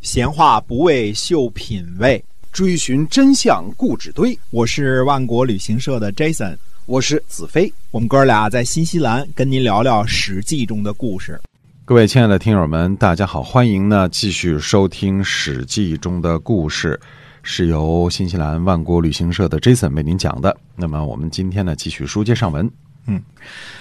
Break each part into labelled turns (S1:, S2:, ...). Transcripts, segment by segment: S1: 闲话不为秀品味，
S2: 追寻真相故纸堆。
S1: 我是万国旅行社的 Jason，
S2: 我是子飞。
S1: 我们哥俩在新西兰跟您聊聊《史记》中的故事。
S3: 各位亲爱的听友们，大家好，欢迎呢继续收听《史记》中的故事，是由新西兰万国旅行社的 Jason 为您讲的。那么我们今天呢继续书接上文，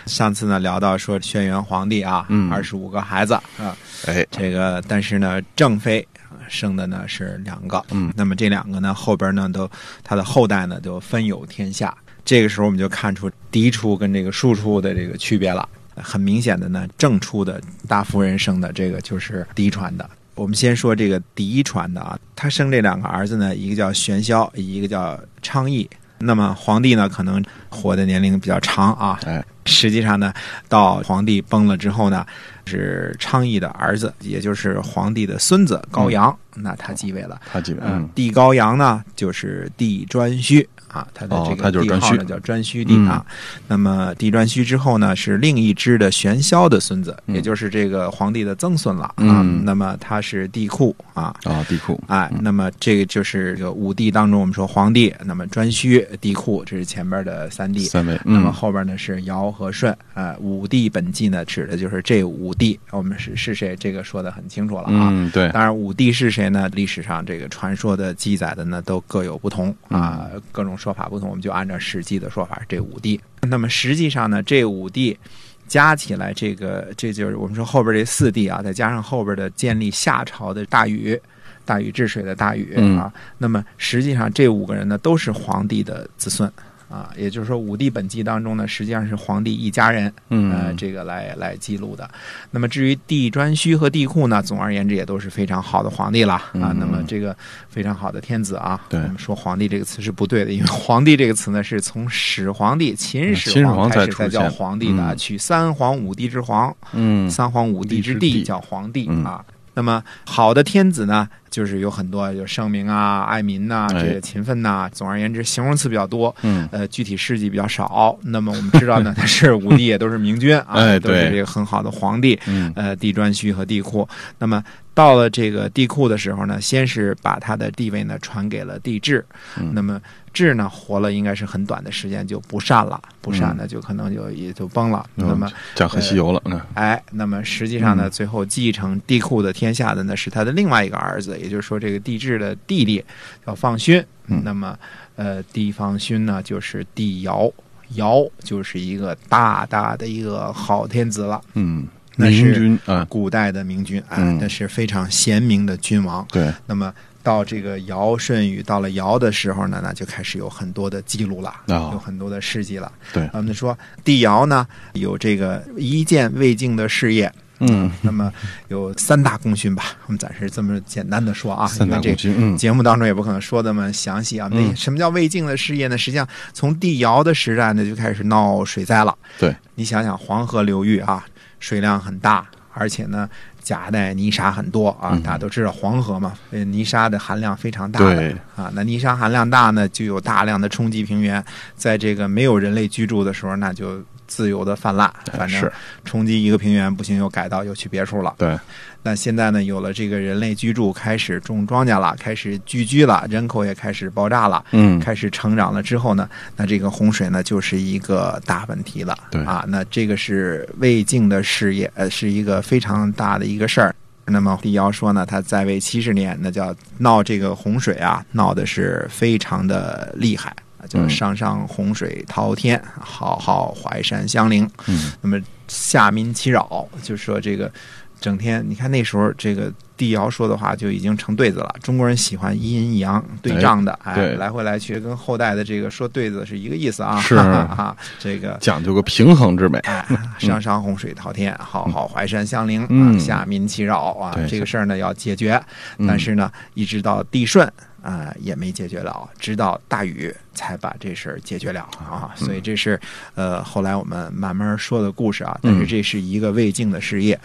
S1: 上次呢聊到说轩辕皇帝啊，
S3: 嗯
S1: 二十五个孩子啊，
S3: 哎，
S1: 这个但是呢正妃啊生的呢是两个，
S3: 嗯，
S1: 那么这两个呢后边呢都他的后代呢就分有天下。这个时候我们就看出嫡出跟这个庶出的这个区别了。很明显的呢，正出的大夫人生的这个就是嫡传的。我们先说这个嫡传的啊，他生这两个儿子呢，一个叫玄霄，一个叫昌邑。那么皇帝呢，可能活的年龄比较长啊，
S3: 哎，
S1: 实际上呢，到皇帝崩了之后呢，是昌邑的儿子，也就是皇帝的孙子高阳，
S3: 嗯
S1: 那他继位了。
S3: 他几位？
S1: 嗯，帝高阳呢，就是帝颛顼啊，他的
S3: 哦
S1: 这
S3: 他
S1: 个
S3: 就是嗯
S1: 帝
S3: 颛顼
S1: 号呢叫颛顼帝啊。那么帝颛顼之后呢，是另一支的玄霄的孙子，
S3: 嗯
S1: 也就是这个皇帝的曾孙了啊
S3: 嗯。
S1: 那么他是帝喾啊。
S3: 啊，帝喾，
S1: 哎，那么这个就是这个五帝当中，我们说皇帝，那么颛顼、帝喾，这是前边的三帝。
S3: 三位，
S1: 那么
S3: 嗯，
S1: 后边呢是尧和舜，呃，五帝本纪呢指的就是这五帝，我们是是谁，这个说的很清楚了啊。
S3: 嗯，对，
S1: 当然，五帝是谁呢？历史上这个传说的记载的呢，都各有不同啊，
S3: 嗯
S1: 各种说法不同，我们就按照《史记》的说法，这五帝。那么实际上呢，这五帝加起来，这个这就是我们说后边这四帝啊，再加上后边的建立夏朝的大禹。大禹治水的大禹
S3: 嗯
S1: 啊，那么实际上这五个人呢都是皇帝的子孙啊，也就是说五帝本纪当中呢，实际上是皇帝一家人，呃，
S3: 嗯，
S1: 这个来来记录的。那么至于帝颛顼和帝喾呢，总而言之也都是非常好的皇帝了啊。
S3: 嗯
S1: 那么这个非常好的天子啊，
S3: 对
S1: 我们说皇帝这个词是不对的，因为皇帝这个词呢是从始皇帝、秦
S3: 秦
S1: 始
S3: 始
S1: 皇
S3: 皇
S1: 开
S3: 才
S1: 始
S3: 出
S1: 才叫
S3: 现
S1: 皇帝的啊，
S3: 嗯
S1: 取三皇五帝之皇，
S3: 嗯，
S1: 三皇五帝之
S3: 五帝之
S1: 地
S3: 帝
S1: 叫皇帝
S3: 嗯
S1: 啊。那么好的天子呢，就是有很多有圣明啊、爱民呐、
S3: 哎
S1: 这个勤奋呐、总而言之，形容词比较多。
S3: 嗯，
S1: 呃，具体事迹比较少。那么我们知道 呢，他是武帝也都是明君啊，
S3: 哎
S1: 都是
S3: 对
S1: 这个很好的皇帝。
S3: 嗯，
S1: 呃，帝颛顼和帝喾。那么到了这个帝喾的时候呢，先是把他的地位呢传给了帝挚。
S3: 嗯
S1: 那么挚呢活了应该是很短的时间就不善了，不善
S3: 嗯
S1: 呢就可能就也就崩
S3: 哦
S1: 了。那么
S3: 讲河西游了，嗯，
S1: 哎，那么实际上呢，
S3: 嗯
S1: 最后继承帝喾的天下的呢是他的另外一个儿子，也就是说这个帝挚的弟弟叫放勋。
S3: 嗯
S1: 那么，呃，帝放勋呢就是帝尧，尧就是一个大大的一个好天子了，
S3: 嗯，
S1: 那是
S3: 明君啊，
S1: 古代的明君啊，
S3: 嗯
S1: 那是非常贤明的君王。
S3: 对，
S1: 那么到这个尧舜禹到了尧的时候呢，那就开始有很多的记录了，
S3: 哦
S1: 有很多的事迹了。
S3: 对
S1: 我们就说帝尧呢有这个一建魏晋的事业，
S3: 嗯，
S1: 那么有三大功勋吧，我们暂时这么简单的说啊，
S3: 三大
S1: 因为
S3: 功
S1: 这
S3: 勋，嗯，
S1: 节目当中也不可能说那么详细啊。那
S3: 嗯
S1: 什么叫魏晋的事业呢？实际上从帝尧的时代呢就开始闹水灾了。
S3: 对，
S1: 你想想黄河流域啊，水量很大，而且呢夹带泥沙很多啊
S3: 嗯。
S1: 大家都知道黄河嘛，呃泥沙的含量非常大的
S3: 对，
S1: 啊。那泥沙含量大呢，就有大量的冲积平原，在这个没有人类居住的时候，那就自由的泛滥。反正
S3: 是
S1: 冲击一个平原不行，又改道又去别处了。
S3: 对，
S1: 那现在呢，有了这个人类居住，开始种庄稼了，开始聚居了，人口也开始爆炸了，
S3: 嗯，
S1: 开始成长了之后呢，那这个洪水呢就是一个大问题了。
S3: 对
S1: 啊，那这个是魏晋的事业，呃，是一个非常大的一个事儿。那么帝尧说呢，他在位七十年，那叫闹这个洪水啊，闹的是非常的厉害，叫
S3: 嗯
S1: 上上洪水滔天，浩浩淮山相邻。
S3: 嗯，
S1: 那么下民其扰，就说这个整天，你看那时候这个帝尧说的话就已经成对子了。中国人喜欢一阴一阳对仗的，哎，
S3: 对
S1: 来回来去跟后代的这个说对子是一个意思啊。
S3: 是
S1: 啊，这个
S3: 讲究个平衡之美，
S1: 哎，上上洪水滔天，浩浩淮山相邻，
S3: 嗯
S1: 啊，下民其扰啊
S3: 对，
S1: 这个事儿呢要解决，
S3: 嗯
S1: 但是呢，一直到帝舜。啊、也没解决了，直到大禹才把这事儿解决了啊，
S3: 嗯
S1: 所以这是呃后来我们慢慢说的故事啊，但是
S3: 嗯
S1: 这是一个魏晋的事业。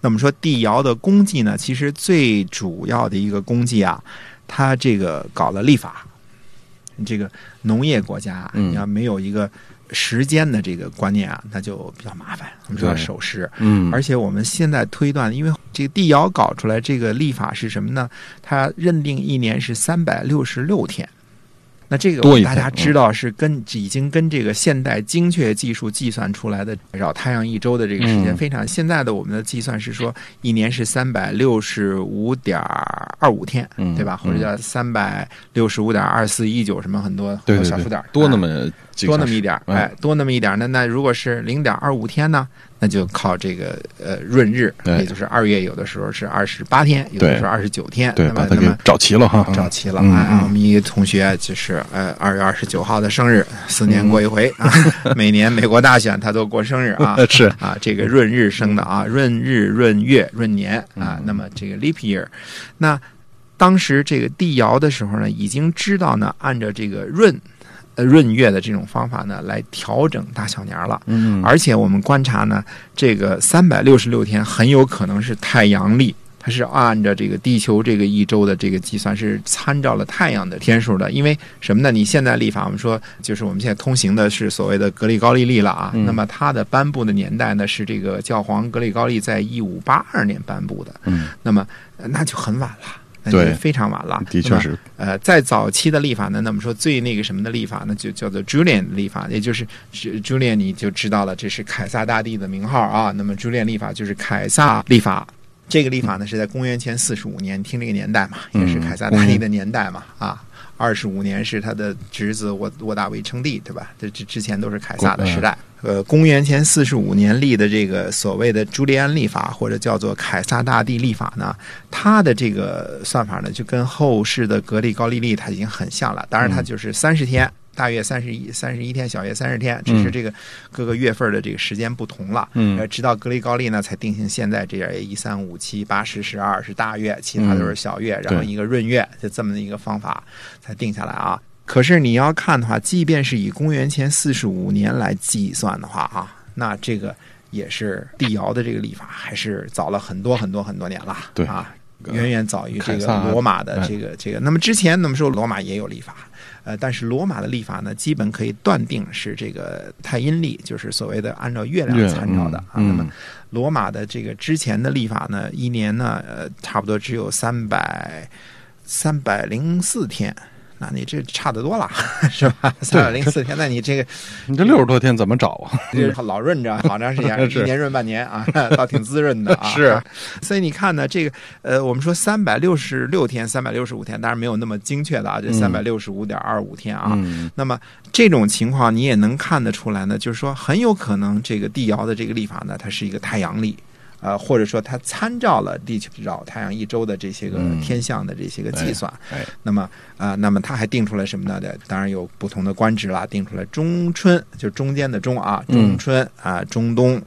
S1: 那么说帝尧的功绩呢，其实最主要的一个功绩啊，他这个搞了立法，这个农业国家啊，
S3: 嗯
S1: 你要没有一个时间的这个观念啊，那就比较麻烦，我们说
S3: 对
S1: 守时。
S3: 嗯
S1: 而且我们现在推断，因为这个帝尧搞出来这个历法是什么呢？它认定一年是三百六十六天。那这个
S3: 多一
S1: 大
S3: 天
S1: 家知道是跟已经跟这个现代精确技术计算出来的绕太阳一周的这个时间
S3: 嗯
S1: 非常。现在的我们的计算是说一年是三百六十五点二五天，
S4: 嗯
S1: 对吧？或者叫三百六十五点二四一九什么很多很
S3: 对
S1: 多
S3: 对
S1: 小
S3: 对
S1: 数点儿
S4: 多
S1: 哎
S4: 那么几个
S1: 多那么
S4: 小时
S1: 一点儿，
S4: 嗯
S1: 哎，多那么一点儿。那那如果是零点二五天呢，那就靠这个呃闰日，
S4: 对
S1: 也就是二月有的时候是二十八天，有的时候二十九天，
S4: 对，
S1: 那
S4: 把
S1: 么
S4: 它
S1: 那
S4: 给
S1: 么。
S4: 找齐了哈。
S1: 找齐了，
S4: 嗯
S1: 哎
S4: 嗯，
S1: 我们一个同学就是呃二月二十九号的生日，四年过一 回啊，每年美国大选他都过生日啊，
S4: 是
S1: 啊，这个闰日生的啊，闰日、闰月、闰年
S4: 嗯
S1: 啊，那么这个 leap year，那当时这个帝尧的时候呢，已经知道呢，按照这个闰呃闰月的这种方法呢，来调整大小年儿了。
S4: 嗯，
S1: 而且我们观察呢，这个三百六十六天很有可能是太阳历，它是按照这个地球这个一周的这个计算，是参照了太阳的天数的。因为什么呢？你现在历法，我们说就是我们现在通行的是所谓的格里高利历了啊。
S4: 嗯
S1: 那么它的颁布的年代呢，是这个教皇格里高利在一五八二年颁布的。
S4: 嗯，
S1: 那么呃那就很晚了。那就
S4: 对
S1: 非常晚了，
S4: 的
S1: 那
S4: 确
S1: 么
S4: 是，
S1: 呃，在早期的历法呢，那么说最那个什么的历法呢，就叫做 Julian 历法，也就是 Ju- Julian，你就知道了，这是凯撒大帝的名号啊。那么 Julian 历法就是凯撒历法。这个历法呢是在公元前四十五年，听这个年代嘛，也是凯撒大帝的年代嘛，啊，二十五年是他的侄子沃沃大维称帝，对吧？这这之前都是凯撒的时代。呃，公元前四十五年立的这个所谓的朱利安历法，或者叫做凯撒大帝历法呢，它的这个算法呢，就跟后世的格力高利历它已经很像了。当然，它就是三十天，大月三十一三十一天，小月三十天，只是这个各个月份的这个时间不同了。
S4: 嗯
S1: 呃，直到格力高利呢，才定性现在这样一三五七八十十二是大月，其他都是小月，然后一个闰月，就这么的一个方法才定下来啊。可是你要看的话，即便是以公元前四十五年来计算的话啊，那这个也是帝尧的这个历法还是早了很多很多很多年了，
S4: 对
S1: 啊，远远早于这
S4: 凯
S1: 个
S4: 撒
S1: 罗马的
S4: 哎
S1: 这个这个。那么之前那么说罗马也有历法，呃，但是罗马的历法呢，基本可以断定是这个太阴历，就是所谓的按照月亮
S4: 月
S1: 参照的、啊。
S4: 嗯
S1: 那么
S4: 嗯
S1: 罗马的这个之前的历法呢，一年呢，呃，差不多只有三百三百零四天。那你这差得多了，是吧？三百零四天，那你 这个
S3: 你这六十多天怎么找啊？
S1: 这
S4: 嗯
S1: 老润着好长时 间，
S3: 是
S1: 一年润半年啊， 倒挺滋润的啊。
S3: 是，
S1: 所以你看呢，这个呃，我们说三百六十六天、三百六十五天，当然没有那么精确的啊，这三百六十五点二五天啊。
S4: 嗯
S1: 那么这种情况你也能看得出来呢，就是说很有可能这个帝尧的这个历法呢，它是一个太阳历。呃，或者说它参照了地球绕太阳一周的这些个
S4: 嗯
S1: 天象的这些个计算，
S4: 哎哎
S1: 那么啊、那么它还定出来什么呢？当然有不同的官职啦，定出来中春，就中间的中啊，中
S4: 嗯
S1: 春啊、中冬，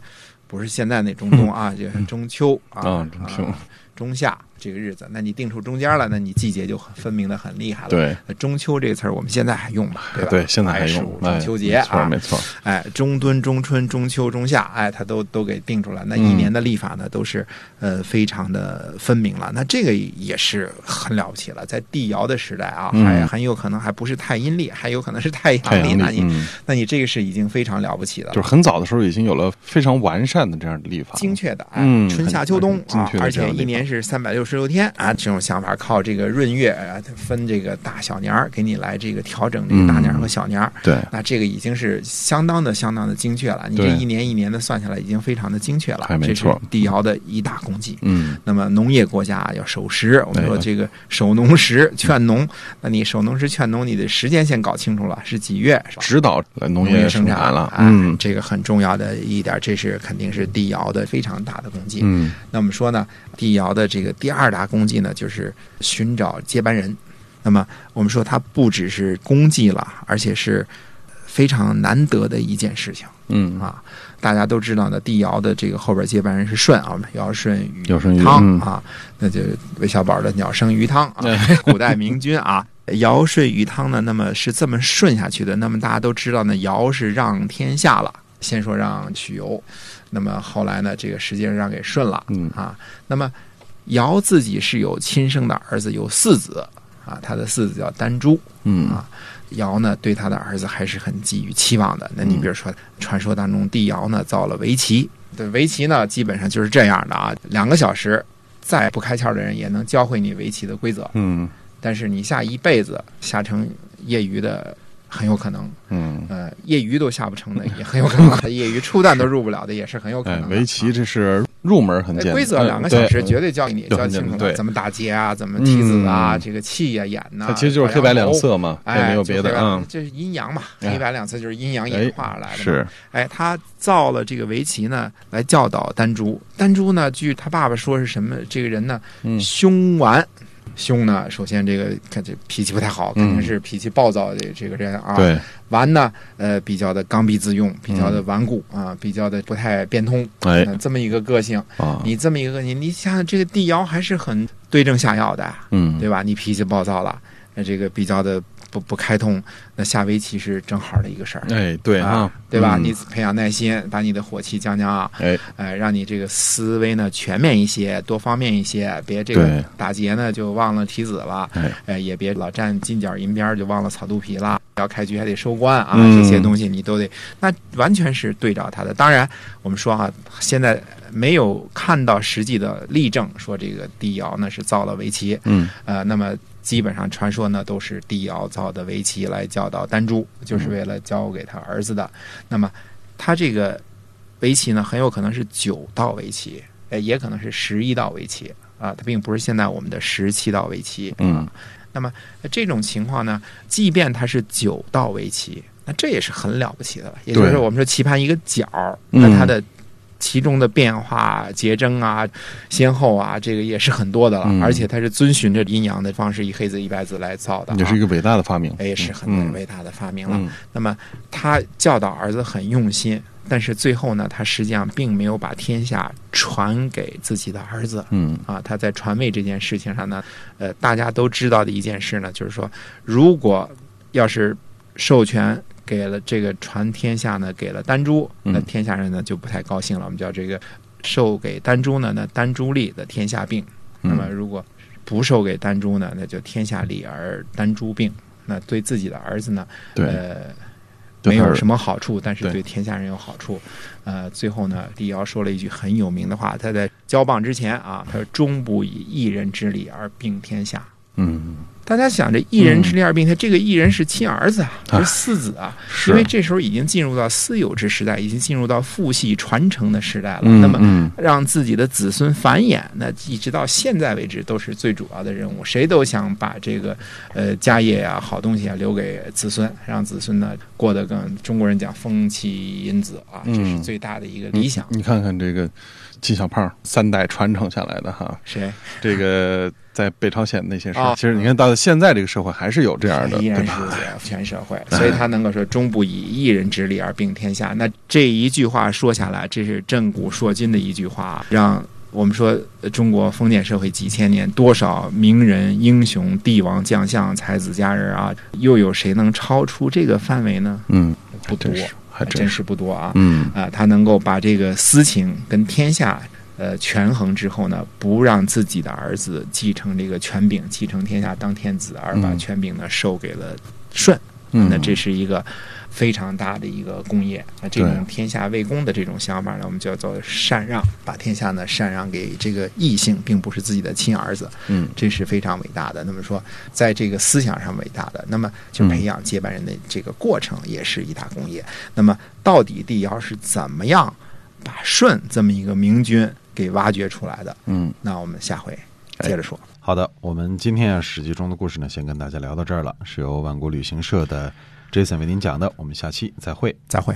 S1: 不是现在那中冬 啊，就是中秋啊，
S4: 啊中秋
S1: 啊中夏这个日子，那你定出中间了，那你季节就很分明的很厉害了。
S4: 对
S1: 呃，中秋这个词儿我们现在还用吧？对吧？
S4: 对，现在
S1: 哎
S4: 还
S1: 十
S4: 用
S1: 五
S4: 哎
S1: 中秋节
S4: 没错
S1: 啊，
S4: 没错，
S1: 哎，中敦、中春、中秋、中夏，哎，它都都给定出来。那
S4: 嗯
S1: 一年的历法呢，都是呃非常的分明了。那这个也是很了不起了，在帝尧的时代啊，
S4: 嗯
S1: 还很有可能还不是太阴历，还有可能是太
S4: 太
S1: 阳历。
S4: 阳
S1: 那
S4: 历，
S1: 你、
S4: 嗯，
S1: 那你这个是已经非常了不起的了，
S4: 就是很早的时候已经有了非常完善的这样的历法了，
S1: 精确的，哎
S4: 嗯
S1: 春夏秋冬
S4: 很精
S1: 啊
S4: 确，的
S1: 而
S4: 这样
S1: 且
S4: 的
S1: 一年是三百六十六天啊，这种想法靠这个闰月啊分这个大小年儿，给你来这个调整这个大年儿和小年儿。
S4: 对，
S1: 那这个已经是相当的、相当的精确了。你这
S4: 对
S1: 一年一年的算下来，已经非常的精确了
S4: 还。没
S1: 这是
S4: 错
S1: 帝尧的一大功绩。
S4: 嗯，
S1: 那么农业国家要守时，我们
S4: 哎
S1: 说
S4: 呀
S1: 这个守农时、劝农，那你守农时、劝农，你得时间先搞清楚了，是几月是吧？
S4: 指导农
S1: 啊农业
S4: 生
S1: 生
S4: 产了，
S1: 哎
S4: 嗯
S1: 这个很重要的一点，这是肯定是帝尧的非常大的功绩。
S4: 嗯，
S1: 那我们说呢，帝尧的这个第二大功绩呢，就是寻找接班人。那么我们说他不只是功绩了，而且是非常难得的一件事情
S4: 嗯，
S1: 啊！大家都知道呢，帝尧的这个后边接班人是舜啊，我们尧舜禹
S4: 尧舜禹
S1: 汤
S4: 嗯
S1: 啊，那就韦小宝的鸟生鱼汤 啊，古代名君啊。尧舜禹汤呢，那么是这么顺下去的。那么大家都知道呢，尧是让天下了，先说让许由，那么后来呢，这个实际上让给舜了。
S4: 嗯
S1: 啊，那么尧自己是有亲生的儿子，有四子啊，他的四子叫丹朱。
S4: 嗯
S1: 啊尧呢对他的儿子还是很寄予期望的。那
S4: 嗯
S1: 你比如说，传说当中帝尧呢造了围棋，对围棋呢基本上就是这样的啊，两个小时，再不开窍的人也能教会你围棋的规则，
S4: 嗯
S1: 但是你下一辈子下成业余的。很有可能，
S4: 嗯，
S1: 呃，业余都下不成的也很有可能，业余初段都入不了的也是很有可
S4: 哎
S1: 能，的。
S4: 围棋这是入门很
S1: 呃
S4: 简单，哎
S1: 规则两个小时绝对教你
S4: 对
S1: 教清楚了
S4: 对
S1: 怎么打劫啊，怎么踢子啊，
S4: 嗯
S1: 这个气呀、眼呐、
S4: 它其实就是黑白两色嘛，
S1: 哎，
S4: 也没有别
S1: 就
S4: 的
S1: 黑白
S4: 嗯，
S1: 这是阴阳嘛，
S4: 哎
S1: 黑白两色就是阴阳演化而来的、嘛。
S4: 是，
S1: 哎，他造了这个围棋呢，来教导丹朱。丹朱呢，据他爸爸说是什么？这个人呢，
S4: 嗯
S1: 凶顽。凶呢，首先这个看这脾气不太好，肯定
S4: 嗯
S1: 是脾气暴躁的这个人啊。
S4: 对，嗯
S1: 顽呢，呃，比较的刚愎自用，比较的顽固、啊，比较的不太变通，
S4: 哎
S1: 呃这么一个个性。
S4: 啊，
S1: 你这么一个你，你想想这个帝尧还是很对症下药的，
S4: 嗯，
S1: 对吧？你脾气暴躁了，那这个比较的不不开通，那下围棋是正好的一个事儿，
S4: 哎，对啊，
S1: 对吧？
S4: 嗯
S1: 你培养耐心，把你的火气降降啊，
S4: 哎，
S1: 呃，让你这个思维呢全面一些，多方面一些，别这个
S4: 对
S1: 打劫呢就忘了提子了，
S4: 哎，
S1: 呃，也别老站近角银边儿就忘了草肚皮了。要开局还得收官啊，
S4: 嗯
S1: 这些东西你都得，那完全是对照他的。当然，我们说哈、啊现在没有看到实际的例证说这个帝尧呢是造了围棋，
S4: 嗯
S1: 呃，那么基本上传说呢都是帝尧造的围棋来教导丹朱，就是为了教给他儿子的。那么他这个围棋呢，很有可能是九道围棋，呃，也可能是十一道围棋啊，它并不是现在我们的十七道围棋。
S4: 嗯
S1: 那这种情况呢，即便它是九道围棋，那这也是很了不起的了。也就是
S4: 对
S1: 我们说棋盘一个角儿，
S4: 嗯
S1: 那它的其中的变化、结争啊、先后啊，这个也是很多的了。
S4: 嗯
S1: 而且它是遵循着阴阳的方式，以黑子一白子来造的、啊，
S4: 嗯也是一个伟大的发明，
S1: 哎也是很
S4: 嗯
S1: 伟大的发明了。
S4: 嗯
S1: 那么他教导儿子很用心，但是最后呢，他实际上并没有把天下传给自己的儿子。
S4: 嗯
S1: 啊，他在传位这件事情上呢，呃，大家都知道的一件事呢，就是说，如果要是授权给了这个传天下呢，给了丹朱，那
S4: 嗯
S1: 天下人呢就不太高兴了。我们叫这个授给丹朱呢，那丹朱立的天下病。那么
S4: 嗯
S1: 如果不授给丹朱呢，那就天下立而丹朱病。那对自己的儿子呢，
S4: 对，
S1: 呃，
S4: 对
S1: 没
S4: 他
S1: 有
S4: 儿
S1: 什么好处，但是
S4: 对
S1: 对天下人有好处。呃，最后呢，帝尧说了一句很有名的话，他在交棒之前啊，他说：“终不以一人之力而并天下。
S4: 嗯”
S1: 大家想着一人之力而并，他、这个一人是亲儿子啊，
S4: 啊
S1: 不是四子啊，
S4: 是
S1: 因为这时候已经进入到私有制时代，已经进入到父系传承的时代了。那么
S4: 嗯
S1: 让自己的子孙繁衍，那一直到现在为止都是最主要的任务。谁都想把这个呃家业呀、好东西啊留给子孙，让子孙呢过得更中国人讲风气因子啊，这
S4: 嗯
S1: 是最大的一个理想。
S4: 你看看这个纪小胖三代传承下来的哈，
S1: 谁
S4: 这个在北朝鲜那些事
S1: 啊
S4: 儿，其实你看到现在这个社会还是有这样的，
S1: 依
S4: 对
S1: 然是
S4: 吧？
S1: 全社会，所以他能够说“终不以一人之力而并天下”。那这一句话说下来，这是震古烁今的一句话，啊让我们说呃中国封建社会几千年，多少名人、英雄、帝王、将相、才子佳人啊，又有谁能超出这个范围呢？
S4: 嗯，
S1: 不多
S4: 真，是，
S1: 还
S4: 还
S1: 真
S4: 真是，
S1: 是不多啊！
S4: 嗯
S1: 啊，他能够把这个私情跟天下。呃，权衡之后呢，不让自己的儿子继承这个权柄，继承天下当天子，而把
S4: 嗯
S1: 权柄呢授给了舜。
S4: 嗯，
S1: 那这是一个非常大的一个工业。那这种
S4: 对
S1: 天下为公的这种想法呢，我们叫做禅让，把天下呢禅让给这个异性，并不是自己的亲儿子，
S4: 嗯
S1: 这是非常伟大的。那么说，在这个思想上伟大的，那么
S4: 嗯
S1: 就培养接班人的这个过程也是一大工业。那么到底帝尧是怎么样把舜这么一个明君给挖掘出来的？
S4: 嗯，
S1: 那我们下回接着说。
S3: 好的，我们今天啊《史记》中的故事呢，先跟大家聊到这儿了，是由万国旅行社的 Jason 为您讲的，我们下期再会。
S1: 再会。